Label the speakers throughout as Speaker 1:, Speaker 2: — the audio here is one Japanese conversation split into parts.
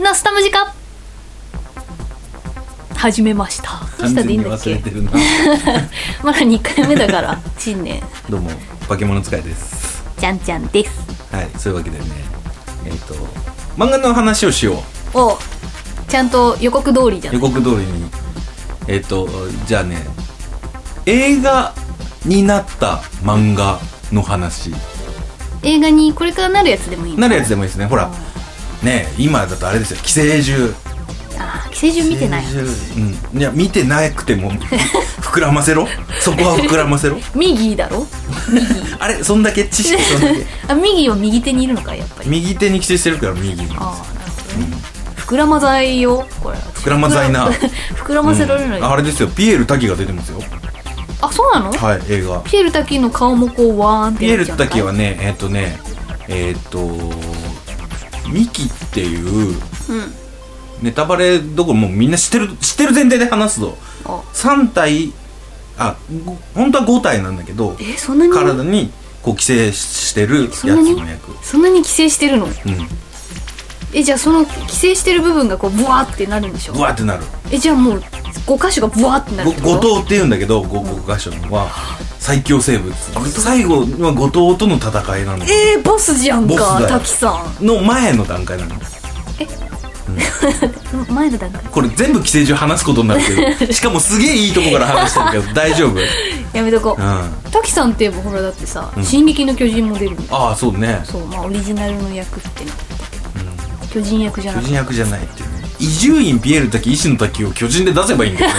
Speaker 1: ナスタムジカ始めましたどう
Speaker 2: 完
Speaker 1: した
Speaker 2: 全
Speaker 1: でいい
Speaker 2: に
Speaker 1: んだっ
Speaker 2: 忘れ
Speaker 1: け
Speaker 2: てるな
Speaker 1: まだ2回目だ から新年
Speaker 2: どうも化け物使いです
Speaker 1: ちゃんちゃんです
Speaker 2: はいそういうわけでねえっ、と漫画の話をしよ
Speaker 1: おちゃんと予告通りじゃ
Speaker 2: う予
Speaker 1: ん
Speaker 2: 告通りにえっ、とじゃあね映画になった漫画の話
Speaker 1: 映画にこれからなるやつでもいいの
Speaker 2: なるやつでもいいですねほらね今だとあれですよ寄生獣
Speaker 1: あー寄生獣見てない
Speaker 2: 寄生獣うんいや見てなくても 膨らませろそこは膨らませろ
Speaker 1: ミギーだろ
Speaker 2: あれそんだけ知識そん だけ
Speaker 1: あミギーは右手にいるのかやっぱり
Speaker 2: 右手に寄生してるから右に
Speaker 1: ああなるほどね、膨らま剤よこれ膨
Speaker 2: 膨らま剤な
Speaker 1: 膨らま せられない、
Speaker 2: うんあれですよピエール滝が出てますよ
Speaker 1: あそうなの、
Speaker 2: はい映画
Speaker 1: ピエール滝の顔もこうワーンって
Speaker 2: ピエ
Speaker 1: や
Speaker 2: ー
Speaker 1: る
Speaker 2: ル
Speaker 1: じゃんか
Speaker 2: 滝はねえっ、とねえっ、とミキっていう
Speaker 1: うん
Speaker 2: ネタバレどころもうみんな知ってる知ってる前提で話すぞ
Speaker 1: あ
Speaker 2: 3体あご本当は5体なんだけど
Speaker 1: えそんなに
Speaker 2: 体にこう寄生してるやつ
Speaker 1: そんなに
Speaker 2: の役
Speaker 1: そんなに寄生してるの
Speaker 2: うん
Speaker 1: えじゃあその寄生してる部分がこうブワーってなるんでしょ
Speaker 2: ブワーってなる
Speaker 1: えじゃあもう5箇所がブワーってなるってこと
Speaker 2: ご後藤っていうんだけどご五箇所は最強生物最後は後藤との戦いなの
Speaker 1: えー、ボスじゃん
Speaker 2: ボスだ
Speaker 1: か
Speaker 2: よ
Speaker 1: 滝さん
Speaker 2: の前の段階なの
Speaker 1: うん前の段階
Speaker 2: これ全部寄生獣話すことになっ てるしかもすげえいいとこから話してるけど大丈夫うん
Speaker 1: やめとこう
Speaker 2: あ
Speaker 1: 滝さんって言えばほらだってさ「
Speaker 2: ん
Speaker 1: 進撃の巨人」も出るみたい
Speaker 2: あそうね
Speaker 1: そうまあオリジナルの役ってなったけど、巨人役じゃ
Speaker 2: 巨
Speaker 1: なくて
Speaker 2: 人役じゃないっていうね伊集院ピエール滝石の滝を巨人で出せばいいんだよ ね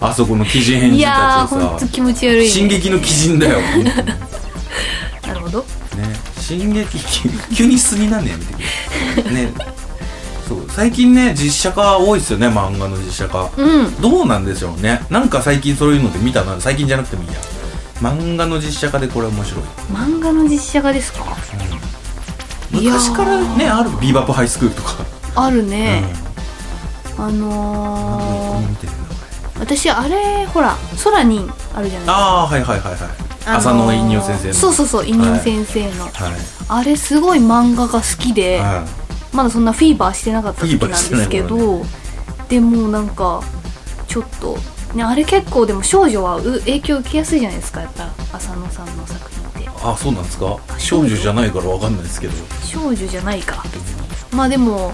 Speaker 2: あそこの鬼人変
Speaker 1: い
Speaker 2: 人
Speaker 1: やー
Speaker 2: たちを
Speaker 1: ほん
Speaker 2: さ
Speaker 1: と気持ち悪い、ね、
Speaker 2: 進撃の鬼人だよね
Speaker 1: なるほど
Speaker 2: 進撃急に進みなんねやめてくれねそう最近ね実写化多いですよね漫画の実写化
Speaker 1: うん
Speaker 2: どうなんでしょうねなんか最近そういうのって見たな最近じゃなくてもいいや漫画の実写化でこれ面白い
Speaker 1: 漫画の実写化ですかいやー
Speaker 2: 昔からねあるビーバップハイスクールとか、
Speaker 1: あるね、
Speaker 2: う
Speaker 1: あ
Speaker 2: ん
Speaker 1: の
Speaker 2: うん
Speaker 1: ー、
Speaker 2: 見てるなこれ
Speaker 1: 私あれほら空にあるじゃない
Speaker 2: ああはいはいはいはい、
Speaker 1: あのー
Speaker 2: 浅野稲生先生の
Speaker 1: そうそうそう稲生先生の、
Speaker 2: はい、
Speaker 1: あれすごい漫画が好きで、
Speaker 2: は
Speaker 1: まだそんなフィーバーしてなかった時なんですけ
Speaker 2: フィーバ
Speaker 1: ど、でもなんかちょっと、ね、あれ結構でも少女はう影響受けやすいじゃないですかやっぱ浅野さんの作品って
Speaker 2: い、あそうなんですか少女じゃないからわかんないですけど
Speaker 1: 少女じゃないか別にまあでも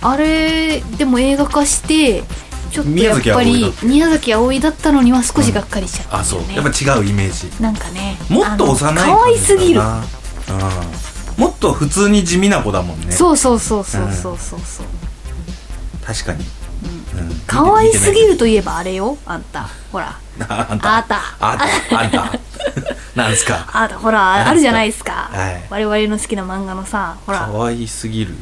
Speaker 1: あれでも映画化してちょっとやっぱり
Speaker 2: 宮崎あおいだ
Speaker 1: 宮崎あおいだったのには少しがっかりしちゃった
Speaker 2: あ
Speaker 1: んだ
Speaker 2: そう
Speaker 1: よね、
Speaker 2: やっぱ違うイメージ
Speaker 1: なんかね
Speaker 2: もっと幼い
Speaker 1: あの可愛すぎる
Speaker 2: 感じだなうんもっと普通に地味な子だもんね
Speaker 1: そうそうそうそうそうそうそう
Speaker 2: 確かに、うん見て
Speaker 1: 可愛すぎ
Speaker 2: 見
Speaker 1: るといえばあれよあんたほら
Speaker 2: てない あんた
Speaker 1: あんた
Speaker 2: あんたあん たなんすか
Speaker 1: あほらあるじゃないですか、
Speaker 2: はい
Speaker 1: 我々の好きな漫画のさほら
Speaker 2: 可愛すぎる、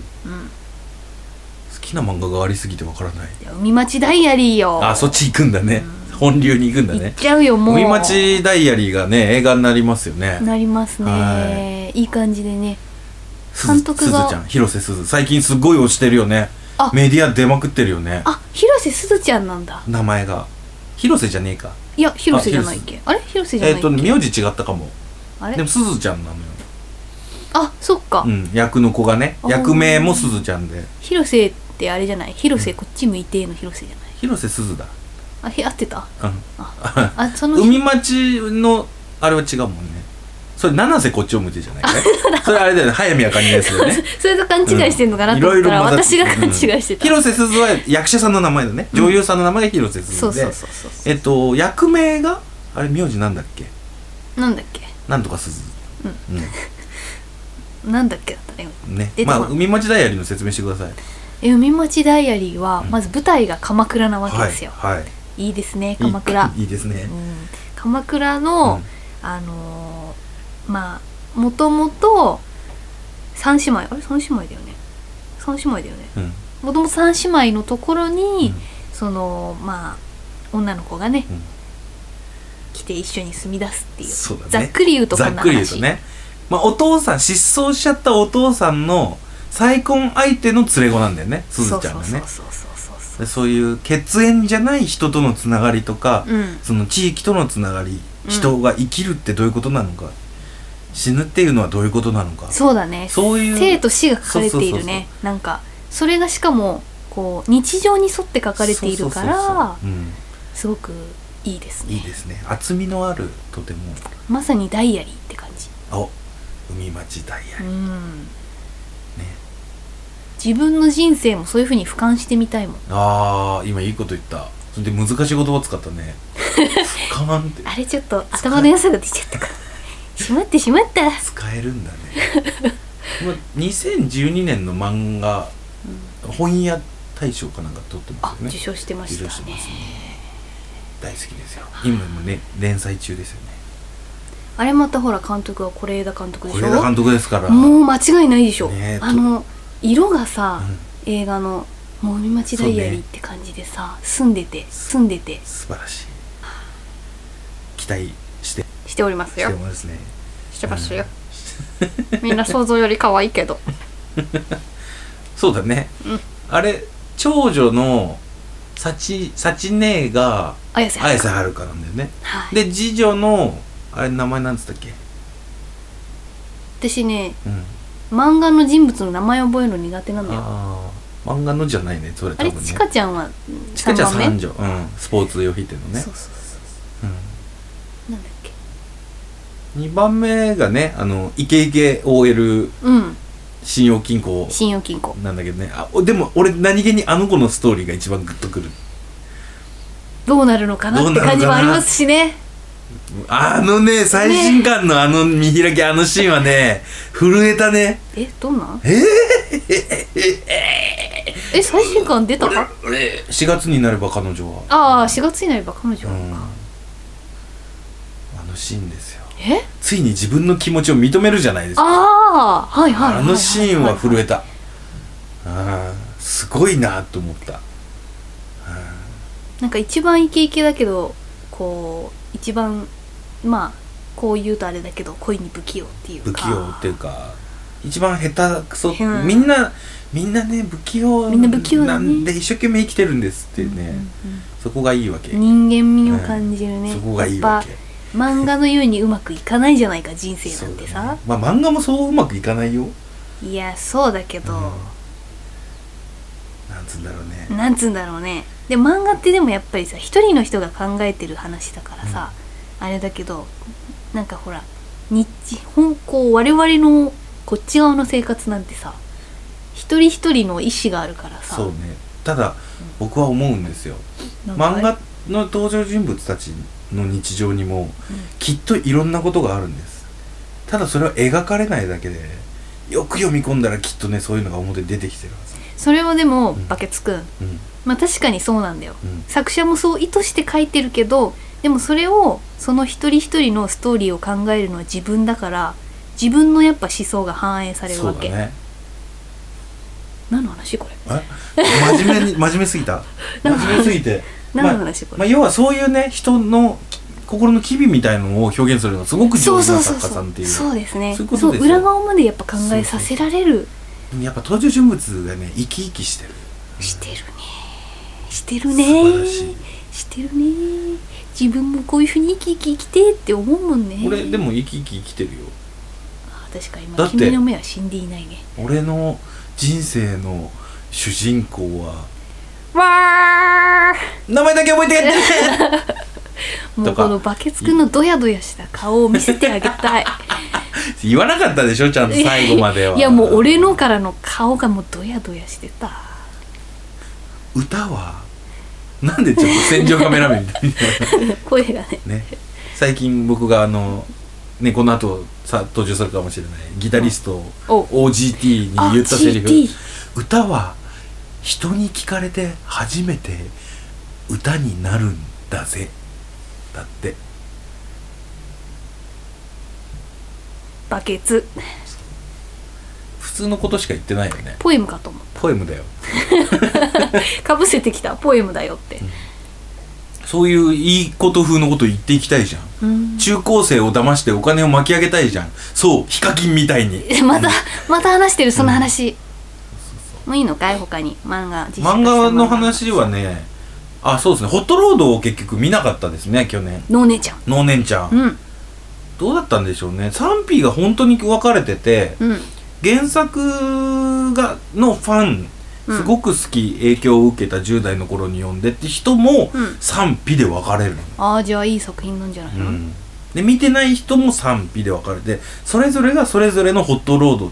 Speaker 2: 好きな漫画がありすぎてわからない
Speaker 1: いや海町ダイアリーよ
Speaker 2: あそっち行くんだね、本流に行くんだ
Speaker 1: 行っ
Speaker 2: ね
Speaker 1: ちゃうよもう
Speaker 2: 海町ダイアリーがね映画になりますよね
Speaker 1: なりますね
Speaker 2: はい
Speaker 1: い感じでね
Speaker 2: す
Speaker 1: 監督が
Speaker 2: すずちゃん広瀬すず最近すごい推してるよね
Speaker 1: あ
Speaker 2: メディア出まくってるよね
Speaker 1: あ広瀬すずちゃんなんだ
Speaker 2: 名前が広瀬じゃねえか
Speaker 1: いや広瀬じゃないっけあれ広瀬じゃ
Speaker 2: え
Speaker 1: ない
Speaker 2: っ、
Speaker 1: っけ、
Speaker 2: とね名字違ったかも
Speaker 1: あ
Speaker 2: で
Speaker 1: れ
Speaker 2: もすずちゃんなのよ、
Speaker 1: あそっか、
Speaker 2: うん、役の子がね
Speaker 1: あー
Speaker 2: 役名もすずちゃんで
Speaker 1: 広瀬ってあれじゃない広瀬こっち向いての広瀬じゃない
Speaker 2: 広瀬すずだ
Speaker 1: あへ合ってた
Speaker 2: うん
Speaker 1: ああその
Speaker 2: 海町のあれは違うもんねそれ七瀬こっちを向いてじゃないかねそれあれだよね早見あかりのやつだよね
Speaker 1: それと勘違いしてんのかなと思ったら、私が勘違いしてた、
Speaker 2: 広瀬すずは役者さんの名前だね女優さんの名前が広瀬すずで、
Speaker 1: そうそうそうそうそ
Speaker 2: えっと役名があれ名字なんだっけ
Speaker 1: うなんだっけ
Speaker 2: なんとかすず
Speaker 1: なんだっけだったね
Speaker 2: うんね
Speaker 1: 出てこ
Speaker 2: ま
Speaker 1: ない
Speaker 2: あ海町ダイアリーの説明してください
Speaker 1: え海町ダイアリーはまず舞台が鎌倉なわけ
Speaker 2: はい
Speaker 1: ですよ、
Speaker 2: はい
Speaker 1: い、いですね鎌倉
Speaker 2: いいいですね
Speaker 1: うん鎌倉の、
Speaker 2: うん
Speaker 1: あのーまあもともと三姉妹あれ三姉妹だよね三姉妹だよね
Speaker 2: うん
Speaker 1: もともと三姉妹のところに、
Speaker 2: うん
Speaker 1: そのまあ女の子がね、
Speaker 2: うん
Speaker 1: 来て一緒に住み出すっていう
Speaker 2: そうだね
Speaker 1: ざっくり言うとこん
Speaker 2: ざ
Speaker 1: な話
Speaker 2: っくり言うとねまあお父さん失踪しちゃったお父さんの再婚相手の連れ子なんだよねすずちゃんが
Speaker 1: そ
Speaker 2: ね
Speaker 1: うそうそうそうそう
Speaker 2: でそういう血縁じゃない人とのつながりとか、
Speaker 1: そううん
Speaker 2: その地域とのつながり
Speaker 1: うん
Speaker 2: 人が生きるってどういうことなのか、死ぬっていうのはどういうことなのか
Speaker 1: そうだね
Speaker 2: そういう
Speaker 1: 生と死が書かれているね
Speaker 2: そうそうそう
Speaker 1: なんかそれがしかもこう日常に沿って書かれているから
Speaker 2: そうそうそうそううん
Speaker 1: すごくいいですね
Speaker 2: いいですね厚みのあるとても
Speaker 1: まさにダイアリーって感じ、
Speaker 2: あ海町ダイヤリーね
Speaker 1: うん自分の人生もそういうふうに俯瞰してみたいもん
Speaker 2: ああ今いいこと言ったそれで難しい言葉使ったね俯瞰って
Speaker 1: あれちょっと頭の良さが出ちゃったか しまってしまった
Speaker 2: 使え るんだねまあ2012年の漫画本屋大賞かなんか取ってま
Speaker 1: あ
Speaker 2: すよね
Speaker 1: 受賞してました
Speaker 2: 受賞して
Speaker 1: ね
Speaker 2: ますね大好きですよ今もね連載中ですよね
Speaker 1: あれまたほら監督は是枝監督で
Speaker 2: 是
Speaker 1: し
Speaker 2: 枝監
Speaker 1: ょ
Speaker 2: 督ですから
Speaker 1: もう間違いないでしょ、
Speaker 2: ねえと
Speaker 1: あの色がさ、
Speaker 2: うん
Speaker 1: 映画の「もみまちダイアリー」って感じでさ、住んでて住んでて
Speaker 2: 素晴らしい期待して
Speaker 1: しております
Speaker 2: し
Speaker 1: よ
Speaker 2: てますね
Speaker 1: してますよ、 みんな想像より可愛いけど
Speaker 2: そうだね、
Speaker 1: うん
Speaker 2: あれ長女の幸幸姉が
Speaker 1: 綾瀬はる
Speaker 2: 綾
Speaker 1: か
Speaker 2: 瀬はるかなんだよね
Speaker 1: はい、
Speaker 2: で次女のあれ名前なんつったっけ、
Speaker 1: 私ね
Speaker 2: うん、
Speaker 1: 漫画の人物の名前覚えるの苦手なんだよあ
Speaker 2: ああ漫画のじゃないねそれ多
Speaker 1: れ
Speaker 2: 分ね
Speaker 1: ちかちゃんは
Speaker 2: ちか
Speaker 1: 3
Speaker 2: ちゃん
Speaker 1: 番目
Speaker 2: 三女、うん、スポーツ用品店の
Speaker 1: そ
Speaker 2: ね
Speaker 1: うそうそう
Speaker 2: う
Speaker 1: なんだっけ
Speaker 2: ん、2番目がねあのイケイケ OL
Speaker 1: うん
Speaker 2: 信用金庫
Speaker 1: 信用金庫
Speaker 2: なんだけどねあおでも俺何気にあの子のストーリーが一番グッとくる
Speaker 1: どうなるのかなって感じもありますしね
Speaker 2: あのね最新刊のあの見開きあのシーン はね震えたね
Speaker 1: えどんなん
Speaker 2: え
Speaker 1: え最新刊出た
Speaker 2: 俺俺4月になれば彼女は
Speaker 1: ああ4月になれば彼女
Speaker 2: う
Speaker 1: は、
Speaker 2: んあのシーンですよ
Speaker 1: え
Speaker 2: ついに自分の気持ちを認めるじゃないですか
Speaker 1: ああはいはいはいはい
Speaker 2: あのシーンは震えたあーすごいなと思った
Speaker 1: なんか一番イケイケだけどこう一番まあこう言うとあれだけど恋に不器用っていうか
Speaker 2: 不器用っていうか一番下手くそ
Speaker 1: うん
Speaker 2: みんなみんなね不器用
Speaker 1: みんな不器用だね
Speaker 2: なんで一生懸命生きてるんですっていうね、そこがいいわけ、
Speaker 1: 人間味を感じるね、
Speaker 2: そこがいい
Speaker 1: や
Speaker 2: わ
Speaker 1: っ
Speaker 2: け
Speaker 1: ぱ漫画のようにうまくいかないじゃないか人生
Speaker 2: そ
Speaker 1: な
Speaker 2: うん
Speaker 1: て
Speaker 2: だ
Speaker 1: さ
Speaker 2: ね、まあ漫画もそううまくいかないよ、
Speaker 1: いやそうだけど、
Speaker 2: うんなんつうんだろうね
Speaker 1: なんつうんだろうねで漫画ってでもやっぱりさ一人の人が考えてる話だからさ、あれだけどなんかほら日本こう我々のこっち側の生活なんてさ一人一人の意思があるからさ
Speaker 2: そうねただ僕は思うんですよ
Speaker 1: なんか
Speaker 2: 漫画の登場人物たちの日常にもきっといろんなことがあるんですただそれは描かれないだけでよく読み込んだらきっとねそういうのが表に出てきてるはず
Speaker 1: それはでも
Speaker 2: うん
Speaker 1: バケツくん
Speaker 2: うん
Speaker 1: まあ確かにそうなんだよ
Speaker 2: うん
Speaker 1: 作者もそう意図して書いてるけどでもそれをその一人一人のストーリーを考えるのは自分だから自分のやっぱ思想が反映される
Speaker 2: そ
Speaker 1: わ
Speaker 2: うだ
Speaker 1: け、
Speaker 2: ね
Speaker 1: 何の話これ
Speaker 2: え真面目に真面目すぎた真面目すぎて
Speaker 1: 何の話これ
Speaker 2: まあ、要はそういうね人の心の機微みたいのを表現するのがすごく
Speaker 1: そ
Speaker 2: 上
Speaker 1: う
Speaker 2: 手
Speaker 1: そ
Speaker 2: な
Speaker 1: うそう
Speaker 2: 作家
Speaker 1: そ
Speaker 2: さんって
Speaker 1: う
Speaker 2: いう
Speaker 1: そうですね
Speaker 2: そ
Speaker 1: そう
Speaker 2: いううことですよ
Speaker 1: 裏側までやっぱ考えさせられる
Speaker 2: やっぱ登場人物がね生き生きしてる
Speaker 1: してるねしてる
Speaker 2: 素晴ら
Speaker 1: ね
Speaker 2: しい
Speaker 1: してるね自分もこういうふうに生き生き生きてって思うもんね
Speaker 2: 俺でも生き生き生きてるよ
Speaker 1: あ確かに
Speaker 2: だ
Speaker 1: 今
Speaker 2: って
Speaker 1: 君の目は死んでいないね
Speaker 2: 俺の人生の主人公は
Speaker 1: わ
Speaker 2: 名前だけ覚えて
Speaker 1: ーも
Speaker 2: と
Speaker 1: う
Speaker 2: か
Speaker 1: このバケツくんのドヤドヤした顔を見せてあげたい
Speaker 2: 言わなかったでしょちゃんと最後まではい
Speaker 1: やもう俺のからの顔がもうドヤドヤして た
Speaker 2: 歌はなんでちょっと戦場カメラマンみたい
Speaker 1: 声がね
Speaker 2: なね最近僕があのねこの後さ登場するかもしれないギタリスト
Speaker 1: お
Speaker 2: OGT に
Speaker 1: あ
Speaker 2: 言ったセリフ
Speaker 1: GT
Speaker 2: 歌は人に聞かれて初めて歌になるんだぜだって
Speaker 1: バケツ
Speaker 2: 普通のことしか言ってないよね
Speaker 1: ポエムかと思う
Speaker 2: ポエムだよ
Speaker 1: かぶせてきたポエムだよって、
Speaker 2: そういういいこと風のこと言っていきたいじゃん
Speaker 1: うん、
Speaker 2: 中高生を騙してお金を巻き上げたいじゃんそうヒカキンみたいに
Speaker 1: またまた話してるその話、もういいのかい他に漫画実写化した
Speaker 2: 漫画の話はねあそうですねホットロードを結局見なかったですね去年
Speaker 1: のお姉ちゃん
Speaker 2: 能年ちゃん、
Speaker 1: うん
Speaker 2: どうだったんでしょうね賛否が本当に分かれてて
Speaker 1: うん
Speaker 2: 原作がのファン
Speaker 1: うん
Speaker 2: すごく好き影響を受けた10代の頃に読んでって人も
Speaker 1: うん
Speaker 2: 賛否で分かれるの、
Speaker 1: ああじゃあいい作品なんじゃないの、
Speaker 2: うんで見てない人も賛否で分かれてそれぞれがそれぞれのホットロードっ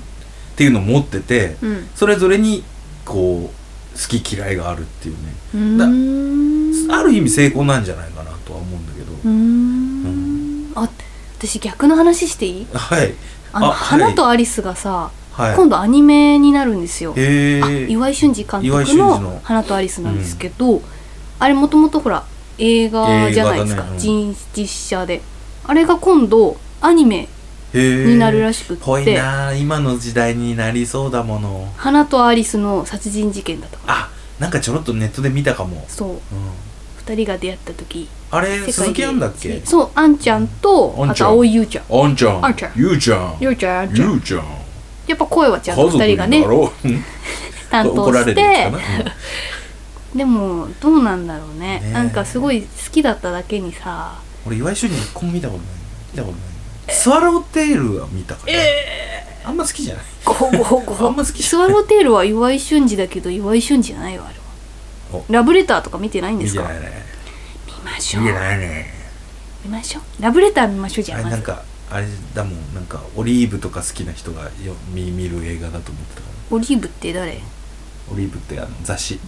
Speaker 2: ていうのを持ってて
Speaker 1: うん
Speaker 2: それぞれにこう好き嫌いがあるっていうね
Speaker 1: うーん
Speaker 2: ある意味成功なんじゃないかなとは思うんだけど、
Speaker 1: うーんあ私逆の話していい
Speaker 2: はい
Speaker 1: あの
Speaker 2: あはい
Speaker 1: 花とアリスがさ、
Speaker 2: はい
Speaker 1: 今度アニメになるんですよ、
Speaker 2: へ
Speaker 1: あ
Speaker 2: え
Speaker 1: 岩井俊二監
Speaker 2: 岩井
Speaker 1: 督
Speaker 2: 俊二
Speaker 1: の
Speaker 2: の
Speaker 1: 「花とアリス」なんですけど、あれもともとほら映画じゃないですか、
Speaker 2: 映画だねうん
Speaker 1: 人実写であれが今度アニメになるらしくって
Speaker 2: ぽいなあ今の時代になりそうだもの
Speaker 1: 「花とアリス」の殺人事件だったから
Speaker 2: あなんかちょろっとネットで見たかも、
Speaker 1: そう
Speaker 2: うん、
Speaker 1: 2人が出会った時
Speaker 2: あれ鈴木あんだっけ
Speaker 1: そうあんちゃんと
Speaker 2: あんちゃん
Speaker 1: あと葵優ちゃん
Speaker 2: あんちゃん
Speaker 1: あんちゃん
Speaker 2: ゆうちゃん
Speaker 1: 優ちゃんあんちゃん
Speaker 2: ゆうちゃん
Speaker 1: やっぱ声はちゃ
Speaker 2: 家
Speaker 1: んと2
Speaker 2: 族
Speaker 1: 人
Speaker 2: に
Speaker 1: が
Speaker 2: な
Speaker 1: ね
Speaker 2: ろう
Speaker 1: 担
Speaker 2: 怒
Speaker 1: 当
Speaker 2: られ
Speaker 1: し
Speaker 2: るやつか
Speaker 1: て
Speaker 2: な、
Speaker 1: でもどうなんだろうね
Speaker 2: ねえ
Speaker 1: なんかすごい好きだっただけにさ
Speaker 2: うん、俺岩井俊二一個も見たことない見たことないスワローテールは見たから、あんま好きじゃない
Speaker 1: ゴホゴホゴホ
Speaker 2: あんま好きじ
Speaker 1: ス
Speaker 2: ゃ
Speaker 1: ワ
Speaker 2: ない
Speaker 1: ローテールは岩井俊二だけど岩井俊二じゃないよあれは
Speaker 2: お
Speaker 1: ラブレターとか見てないんで
Speaker 2: 見
Speaker 1: す
Speaker 2: て
Speaker 1: か
Speaker 2: ないね
Speaker 1: 見ましょう
Speaker 2: 見てないね
Speaker 1: 見ましょうラブレター見ましょうじ
Speaker 2: あ
Speaker 1: ゃあ
Speaker 2: れ
Speaker 1: ま
Speaker 2: なん
Speaker 1: ず
Speaker 2: かあれだもんなんかオリーブとか好きな人がよ見見る映画だと思ってたから
Speaker 1: オリーブって誰
Speaker 2: オリーブってあの雑誌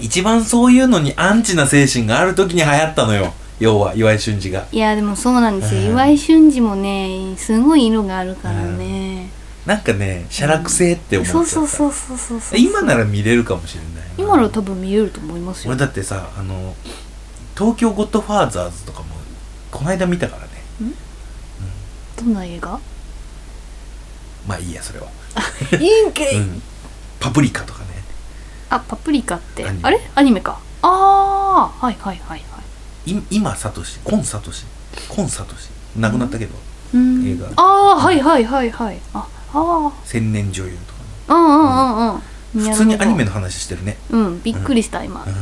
Speaker 2: 一番そういうのにアンチな精神がある時に流行ったのよ要は岩井俊二が
Speaker 1: いやでもそうなんですよ、
Speaker 2: うん
Speaker 1: 岩井俊二もねすごい色があるからね、
Speaker 2: なんかね写楽性って思っちゃ
Speaker 1: そ
Speaker 2: っ
Speaker 1: う
Speaker 2: た、
Speaker 1: そうそうそうそうそう
Speaker 2: 今なら見れるかもしれない
Speaker 1: 今の多分見れると思いますよ
Speaker 2: 俺だってさあの東京ゴッドファーザーズとかもこの間見たからね
Speaker 1: どんな映 画
Speaker 2: まあいいやそれは、
Speaker 1: いいんけ
Speaker 2: うん、パプリカとかね
Speaker 1: あパプリカって
Speaker 2: アニメ
Speaker 1: あれアニメかああはいはいはいはい
Speaker 2: い今サトシコンサトシコンサトシ亡くなったけど、
Speaker 1: うん
Speaker 2: 映画
Speaker 1: ああはいはいはいはいああ
Speaker 2: 千年女優とかね
Speaker 1: あうんうんうんうん
Speaker 2: 普通にアニメ
Speaker 1: の
Speaker 2: の話してるね、
Speaker 1: うんびっくりした今、
Speaker 2: うん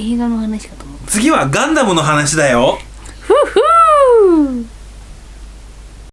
Speaker 1: 映画の話かと思う
Speaker 2: 次はガンダムの話だよ